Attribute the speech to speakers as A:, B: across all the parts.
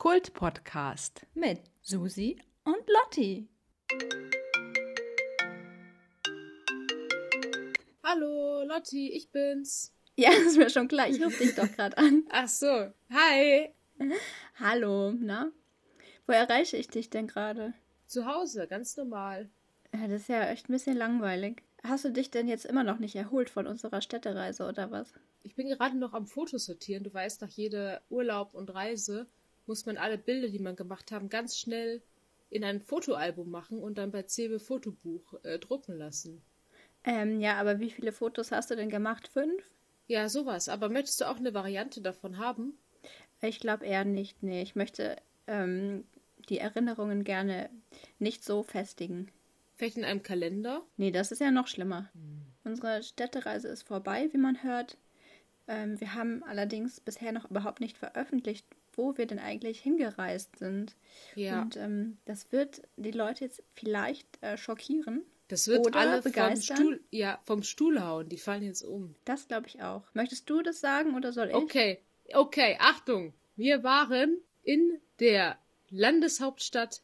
A: Kult-Podcast
B: mit Susi und Lotti.
A: Hallo, Lotti, ich bin's.
B: Ja, ist mir schon klar. Ich rufe dich doch gerade an.
A: Ach so, hi.
B: Hallo, na? Wo erreiche ich dich denn gerade?
A: Zu Hause, ganz normal.
B: Ja, das ist ja echt ein bisschen langweilig. Hast du dich denn jetzt immer noch nicht erholt von unserer Städtereise oder was?
A: Ich bin gerade noch am Fotosortieren. Du weißt, nach jeder Urlaub und Reise muss man alle Bilder, die man gemacht haben, ganz schnell in ein Fotoalbum machen und dann bei CB Fotobuch äh, drucken lassen.
B: Ähm, ja, aber wie viele Fotos hast du denn gemacht? Fünf?
A: Ja, sowas. Aber möchtest du auch eine Variante davon haben?
B: Ich glaube eher nicht. Nee, ich möchte ähm, die Erinnerungen gerne nicht so festigen.
A: Vielleicht in einem Kalender?
B: Nee, das ist ja noch schlimmer.
A: Hm.
B: Unsere Städtereise ist vorbei, wie man hört. Ähm, wir haben allerdings bisher noch überhaupt nicht veröffentlicht, wo wir denn eigentlich hingereist sind.
A: Ja.
B: Und ähm, das wird die Leute jetzt vielleicht äh, schockieren.
A: das wird
B: oder
A: alle vom
B: begeistern?
A: Stuhl, ja, vom Stuhl hauen. Die fallen jetzt um.
B: Das glaube ich auch. Möchtest du das sagen oder soll ich?
A: Okay, okay, Achtung. Wir waren in der Landeshauptstadt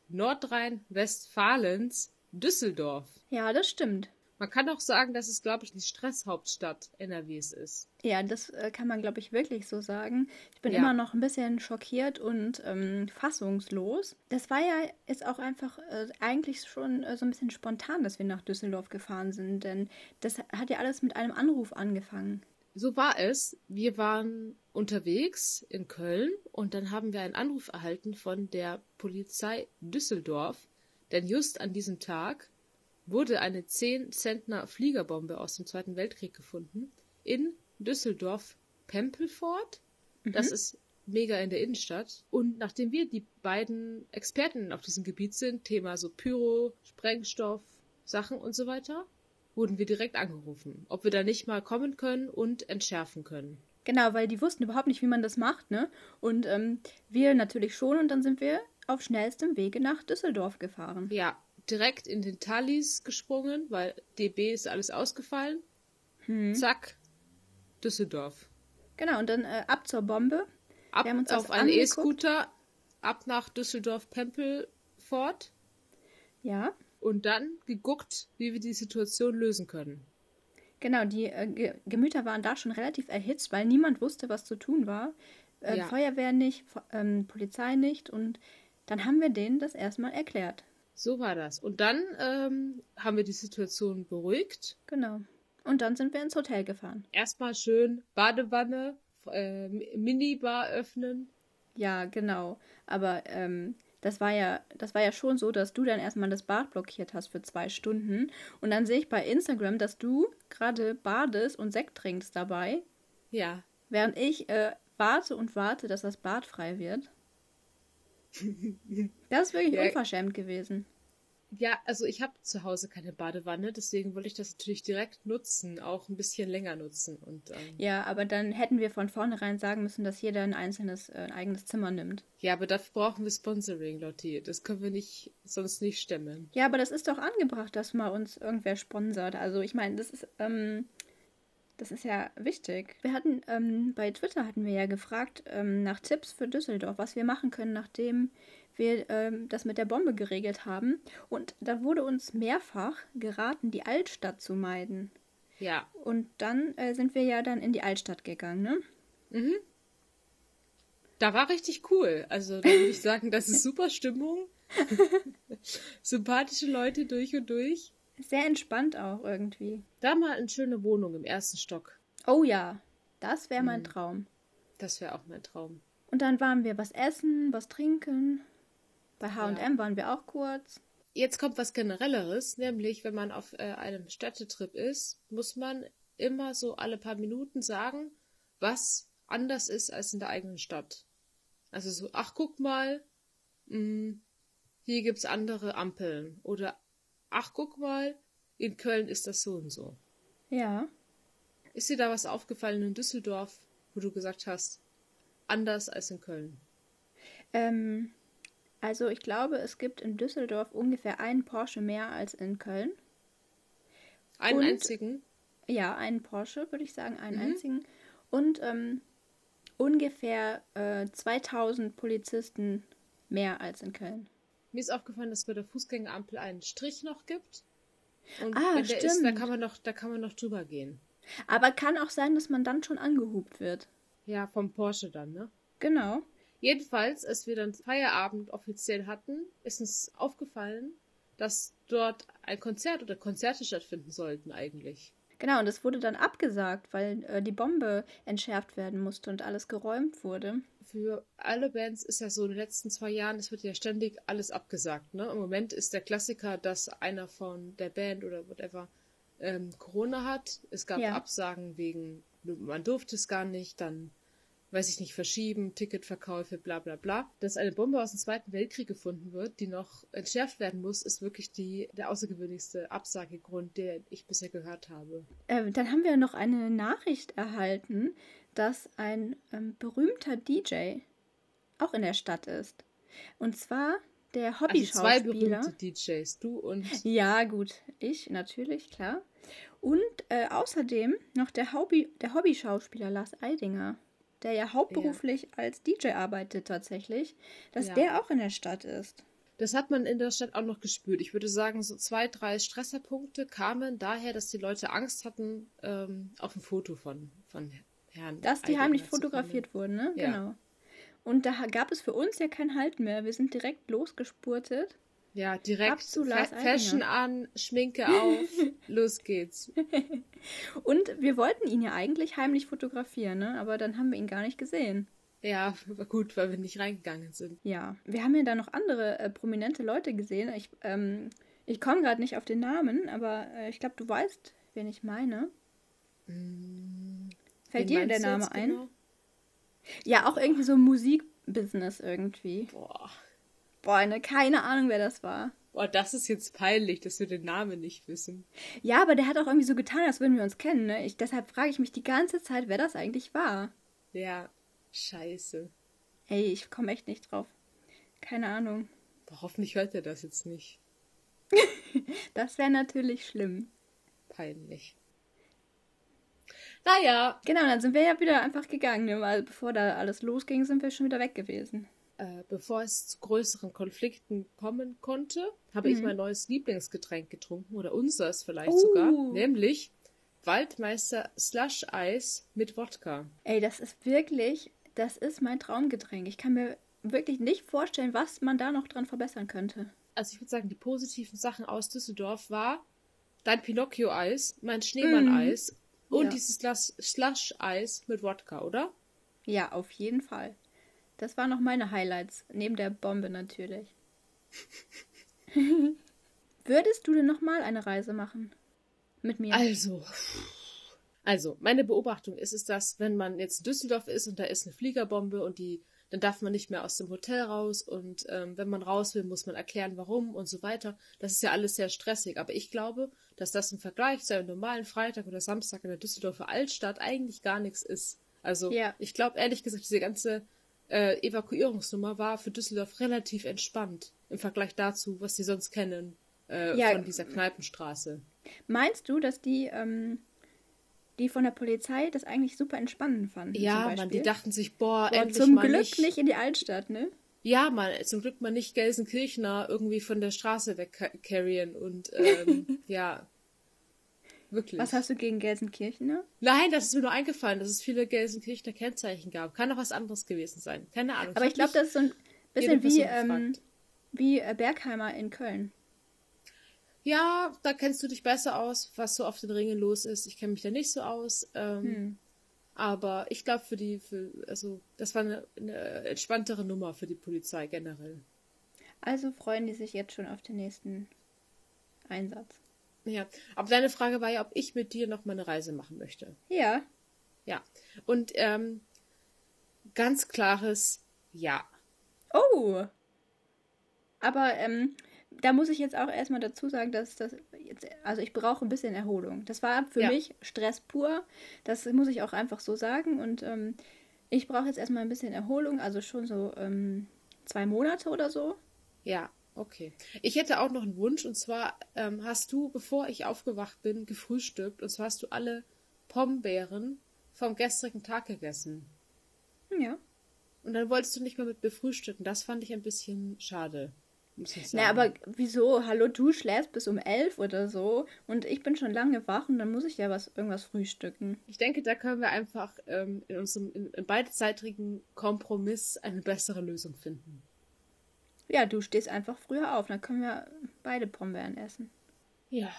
A: Nordrhein-Westfalens, Düsseldorf.
B: Ja, das stimmt.
A: Man kann auch sagen, dass es, glaube ich, die Stresshauptstadt NRWs ist.
B: Ja, das äh, kann man, glaube ich, wirklich so sagen. Ich bin
A: Ja.
B: immer noch ein bisschen schockiert und ähm, fassungslos. Das war ja jetzt auch einfach äh, eigentlich schon äh, so ein bisschen spontan, dass wir nach Düsseldorf gefahren sind, denn das hat ja alles mit einem Anruf angefangen.
A: So war es. Wir waren unterwegs in Köln und dann haben wir einen Anruf erhalten von der Polizei Düsseldorf, denn just an diesem Tag wurde eine 10 Zentner Fliegerbombe aus dem Zweiten Weltkrieg gefunden in Düsseldorf Pempelfort. Das ist mega in der Innenstadt. Und nachdem wir die beiden Experten auf diesem Gebiet sind, Thema so Pyro, Sprengstoff, Sachen und so weiter, wurden wir direkt angerufen, ob wir da nicht mal kommen können und entschärfen können.
B: Genau, weil die wussten überhaupt nicht, wie man das macht, ne? Und ähm, wir natürlich schon und dann sind wir auf schnellstem Wege nach Düsseldorf gefahren.
A: Ja, direkt in den Tallis gesprungen, weil DB ist alles ausgefallen.
B: Hm.
A: Zack, Düsseldorf.
B: Genau, und dann äh, ab zur Bombe.
A: Ab
B: Wir haben uns das
A: auf einen
B: angeguckt.
A: E-Scooter, ab nach Düsseldorf-Pempelfort
B: Ja.
A: und dann geguckt, wie wir die Situation lösen können.
B: Genau, die äh, Ge Gemüter waren da schon relativ erhitzt, weil niemand wusste, was zu tun war. Äh,
A: Ja.
B: Feuerwehr nicht, Fe- ähm, Polizei nicht. Und dann haben wir denen das erstmal erklärt.
A: So war das. Und dann ähm, haben wir die Situation beruhigt.
B: Genau. Und dann sind wir ins Hotel gefahren.
A: Erstmal schön Badewanne, äh, Minibar öffnen.
B: Ja, genau. Aber ähm, das war ja, das war ja schon so, dass du dann erstmal das Bad blockiert hast für zwei Stunden. Und dann sehe ich bei Instagram, dass du gerade badest und Sekt trinkst dabei,
A: Ja,
B: während ich äh, warte und warte, dass das Bad frei wird. Das ist wirklich
A: Ja.
B: unverschämt gewesen.
A: Ja, also ich habe zu Hause keine Badewanne, deswegen wollte ich das natürlich direkt nutzen, auch ein bisschen länger nutzen. Und ähm,
B: Ja, aber dann hätten wir von vornherein sagen müssen, dass jeder ein einzelnes, äh, ein eigenes Zimmer nimmt.
A: ja, aber dafür brauchen wir Sponsoring, Lotti. Das können wir nicht sonst nicht stemmen.
B: Ja, aber das ist doch angebracht, dass mal uns irgendwer sponsert. Also ich meine, das ist, ähm, das ist ja wichtig. Wir hatten, ähm, bei Twitter hatten wir ja gefragt ähm, nach Tipps für Düsseldorf, was wir machen können, nachdem wir ähm, das mit der Bombe geregelt haben. Und da wurde uns mehrfach geraten, die Altstadt zu meiden.
A: Ja,
B: Und dann äh, sind wir ja dann in die Altstadt gegangen, ne?
A: da war richtig cool. Also da würde ich sagen, das ist super Stimmung. Sympathische Leute durch und durch.
B: Sehr entspannt auch irgendwie.
A: Da mal eine schöne Wohnung im ersten Stock.
B: Oh ja, das wäre mein Traum.
A: Das wäre auch mein Traum.
B: Und dann waren wir was essen, was trinken. Bei H&M waren wir auch kurz.
A: Jetzt kommt was Generelleres, nämlich wenn man auf äh, einem Städtetrip ist, muss man immer so alle paar Minuten sagen, was anders ist als in der eigenen Stadt. Also so, ach guck mal, mh, hier gibt's andere Ampeln oder ach guck mal, in Köln ist das so und so.
B: Ja.
A: Ist dir da was aufgefallen in Düsseldorf, wo du gesagt hast, anders als in Köln?
B: Ähm, also ich glaube, es gibt in Düsseldorf ungefähr einen Porsche mehr als in Köln.
A: Einen
B: Und-
A: einzigen?
B: Ja, einen Porsche, würde ich sagen, einen einzigen. Und ähm, ungefähr äh, 2000 Polizisten Mehr als in Köln.
A: Mir ist aufgefallen, dass bei der Fußgängerampel einen Strich noch gibt. Und
B: Ah,
A: wenn der ist, da
B: stimmt.
A: kann man noch, da kann man noch drüber gehen.
B: Aber kann auch sein, dass man dann schon angehupt wird.
A: Ja, vom Porsche dann, ne?
B: Genau.
A: Jedenfalls, als wir dann Feierabend offiziell hatten, ist uns aufgefallen, dass dort ein Konzert oder Konzerte stattfinden sollten eigentlich.
B: Genau, und das wurde dann abgesagt, weil äh, die Bombe entschärft werden musste und alles geräumt wurde.
A: Für alle Bands ist ja so in den letzten zwei Jahren, es wird ja ständig alles abgesagt. Ne? Im Moment ist der Klassiker, dass einer von der Band oder whatever ähm, Corona hat. Es gab
B: Ja.
A: Absagen wegen, man durfte es gar nicht, dann weiß ich nicht, verschieben, Ticketverkäufe, bla bla bla. Dass eine Bombe aus dem Zweiten Weltkrieg gefunden wird, die noch entschärft werden muss, ist wirklich die, der außergewöhnlichste Absagegrund, der ich bisher gehört habe. Also
B: Äh, dann haben wir noch eine Nachricht erhalten, dass ein ähm, berühmter DJ auch in der Stadt ist. Und zwar der
A: Also zwei
B: Hobby-Schauspieler.
A: berühmte DJs, du und
B: ja, gut, ich natürlich, klar. Und äh, außerdem noch der, Hobby, der Hobby-Schauspieler Lars Eidinger, der ja hauptberuflich als DJ arbeitet tatsächlich, dass
A: Ja.
B: der auch in der Stadt ist.
A: Das hat man in der Stadt auch noch gespürt. Ich würde sagen, so zwei, drei Stresserpunkte kamen daher, dass die Leute Angst hatten, ähm, auf ein Foto von, von Herrn.
B: Dass die
A: Eidinger
B: heimlich
A: zu kommen.
B: fotografiert wurden, ne?
A: Ja.
B: Genau. Und da gab es für uns ja keinen Halt mehr. Wir sind direkt losgespurtet.
A: Ja, direkt
B: Ab zu Lars
A: Fa- Fashion an, Schminke auf, los geht's.
B: Und wir wollten ihn ja eigentlich heimlich fotografieren, ne? aber dann haben wir ihn gar nicht gesehen.
A: Ja, war gut, weil wir nicht reingegangen sind.
B: Ja, wir haben ja dann noch andere äh, prominente Leute gesehen. Ich, ähm, ich komme gerade nicht auf den Namen, aber äh, ich glaube, du weißt, wen ich meine. Fällt
A: Mm, Wen
B: dir der
A: meinst du
B: Name
A: jetzt
B: ein?
A: genau?
B: Ja, auch irgendwie so Musikbusiness irgendwie.
A: Boah.
B: Boah, ne, keine Ahnung, wer das war.
A: Boah, das ist jetzt peinlich, dass wir den Namen nicht wissen.
B: Ja, aber der hat auch irgendwie so getan, als würden wir uns kennen. Ne? Ich, deshalb frage ich mich die ganze Zeit, wer das eigentlich war.
A: Ja, scheiße.
B: Ey, ich komme echt nicht drauf. Keine Ahnung.
A: Boah, hoffentlich hört er das jetzt nicht.
B: Das wäre natürlich schlimm.
A: Peinlich. Naja,
B: Genau, dann sind wir ja wieder einfach gegangen. Ne? Weil bevor da alles losging, sind wir schon wieder weg gewesen.
A: äh, bevor es zu größeren Konflikten kommen konnte, habe
B: Mhm.
A: ich mein neues Lieblingsgetränk getrunken oder unseres vielleicht
B: Oh.
A: sogar, nämlich Waldmeister Slush Eis mit Wodka.
B: Ey, das ist wirklich, das ist mein Traumgetränk. Ich kann mir wirklich nicht vorstellen, was man da noch dran verbessern könnte.
A: Also ich würde sagen, die positiven Sachen aus Düsseldorf war dein Pinocchio Eis, mein Schneemann Eis und
B: Mhm. Ja.
A: dieses Glas Slush Eis mit Wodka, oder?
B: Ja, auf jeden Fall. Das waren noch meine Highlights, neben der Bombe natürlich. Würdest du denn nochmal eine Reise machen? Mit mir?
A: Also, also meine Beobachtung ist, ist, dass wenn man jetzt in Düsseldorf ist und da ist eine Fliegerbombe und die, dann darf man nicht mehr aus dem Hotel raus und ähm, wenn man raus will, muss man erklären, warum und so weiter. Das ist ja alles sehr stressig, aber ich glaube, dass das im Vergleich zu einem normalen Freitag oder Samstag in der Düsseldorfer Altstadt eigentlich gar nichts ist. Also
B: Ja.
A: ich glaube ehrlich gesagt, diese ganze äh, Evakuierungsnummer war für Düsseldorf relativ entspannt im Vergleich dazu, was sie sonst kennen äh,
B: Ja.
A: von dieser Kneipenstraße.
B: Meinst du, dass die, ähm, die von der Polizei das eigentlich super entspannend fanden?
A: Ja,
B: zum
A: Mann,
B: Beispiel?
A: die dachten sich, boah,
B: Boah,
A: endlich
B: zum
A: mal
B: Glück
A: nicht.
B: nicht. in die Altstadt, ne?
A: Ja, Mann, zum Glück mal nicht Gelsenkirchner irgendwie von der Straße wegcarryen und ähm, ja, wirklich.
B: Was hast du gegen Gelsenkirchen, ne?
A: Nein, das ist mir nur eingefallen, dass es viele Gelsenkirchner Kennzeichen gab. Kann auch was anderes gewesen sein. Keine Ahnung.
B: Aber ich glaube,
A: das
B: das ist so ein
A: jede
B: bisschen wie,
A: Person
B: ähm,
A: gefragt.
B: wie äh, Bergheimer in Köln.
A: ja, da kennst du dich besser aus, was so auf den Ringen los ist. Ich kenne mich da nicht so aus. Ähm,
B: Hm.
A: Aber ich glaube, für die, für, also das war eine, eine entspanntere Nummer für die Polizei generell.
B: Also freuen die sich jetzt schon auf den nächsten Einsatz.
A: Ja, aber deine Frage war ja, ob ich mit dir noch mal eine Reise machen möchte.
B: Ja,
A: Ja, und ähm, ganz klares Ja.
B: Oh! Aber ähm, da muss ich jetzt auch erstmal dazu sagen, dass das jetzt, also ich brauche ein bisschen Erholung. Das war für
A: Ja.
B: mich Stress pur. Das muss ich auch einfach so sagen. Und ähm, ich brauche jetzt erstmal ein bisschen Erholung, also schon so ähm, zwei Monate oder so.
A: Ja, okay. Ich hätte auch noch einen Wunsch, und zwar ähm, hast du, bevor ich aufgewacht bin, gefrühstückt, und zwar hast du alle Pombeeren vom gestrigen Tag gegessen.
B: Ja.
A: Und dann wolltest du nicht mehr mit mir frühstücken. Das fand ich ein bisschen schade. Muss ich sagen.
B: Na, aber wieso? Hallo, du schläfst bis um elf oder so und ich bin schon lange wach und dann muss ich ja was irgendwas frühstücken.
A: ich denke, da können wir einfach ähm, in unserem in, in beidseitigen Kompromiss eine bessere Lösung finden.
B: Ja, du stehst einfach früher auf, dann können wir beide Brombeeren essen.
A: Ja.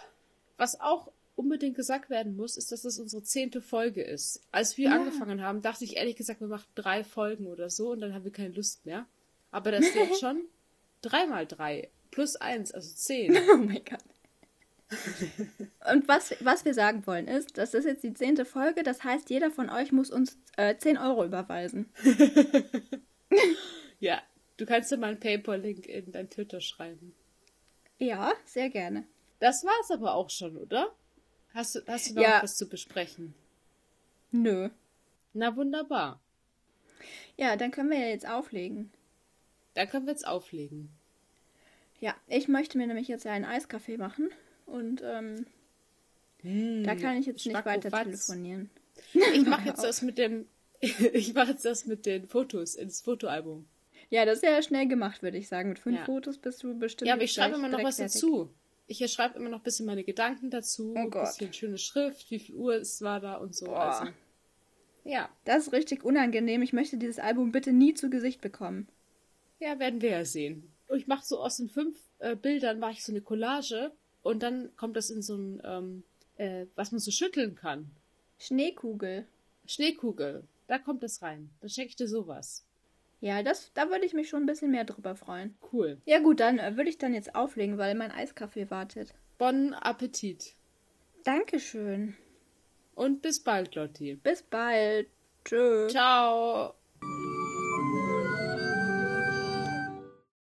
A: Was auch unbedingt gesagt werden muss, ist, dass es unsere zehnte Folge ist. Als wir
B: Ja.
A: angefangen haben, dachte ich ehrlich gesagt, wir machen drei Folgen oder so und dann haben wir keine Lust mehr. Aber das sind jetzt schon dreimal drei plus eins, also zehn.
B: Oh mein Gott. Und was, was wir sagen wollen ist, das ist jetzt die zehnte Folge, das heißt, jeder von euch muss uns äh, 10 Euro überweisen.
A: Ja, du kannst dir mal einen PayPal-Link in dein Twitter schreiben.
B: Ja, sehr gerne.
A: Das war's aber auch schon, oder? Hast du, hast du noch
B: Ja.
A: was zu besprechen?
B: Nö.
A: Na wunderbar.
B: Ja, dann können wir ja jetzt auflegen.
A: Dann können wir jetzt auflegen.
B: Ja, ich möchte mir nämlich jetzt ja einen Eiskaffee machen und ähm,
A: Hm,
B: da kann ich jetzt nicht
A: Schmack
B: weiter
A: auf Watz.
B: telefonieren.
A: Ich mache jetzt das mit dem. Ich mache jetzt das mit den Fotos ins Fotoalbum.
B: Ja, das ist ja schnell gemacht, würde ich sagen. Mit fünf
A: Ja.
B: Fotos bist du bestimmt.
A: Ja, aber ich
B: jetzt
A: schreibe
B: gleich
A: immer noch
B: direkt
A: was
B: fertig.
A: dazu. Ich schreibe immer noch ein bisschen meine Gedanken dazu,
B: Oh
A: ein
B: Gott.
A: bisschen schöne Schrift, wie viel Uhr es war da und so.
B: Boah.
A: Also, ja,
B: Das ist richtig unangenehm. Ich möchte dieses Album bitte nie zu Gesicht bekommen.
A: ja, werden wir ja sehen. Und Ich mache so aus den fünf äh, Bildern mache ich so eine Collage und dann kommt das in so ein, ähm, äh, was man so schütteln kann.
B: Schneekugel.
A: Schneekugel. Da kommt das rein. Dann schenke ich dir sowas.
B: Ja, das, da würde ich mich schon ein bisschen mehr drüber freuen.
A: Cool.
B: Ja gut, dann äh, würde ich dann jetzt auflegen, weil mein Eiskaffee wartet.
A: Bon Appetit.
B: Dankeschön.
A: Und bis bald, Lotti.
B: Bis bald. Tschüss.
A: Ciao.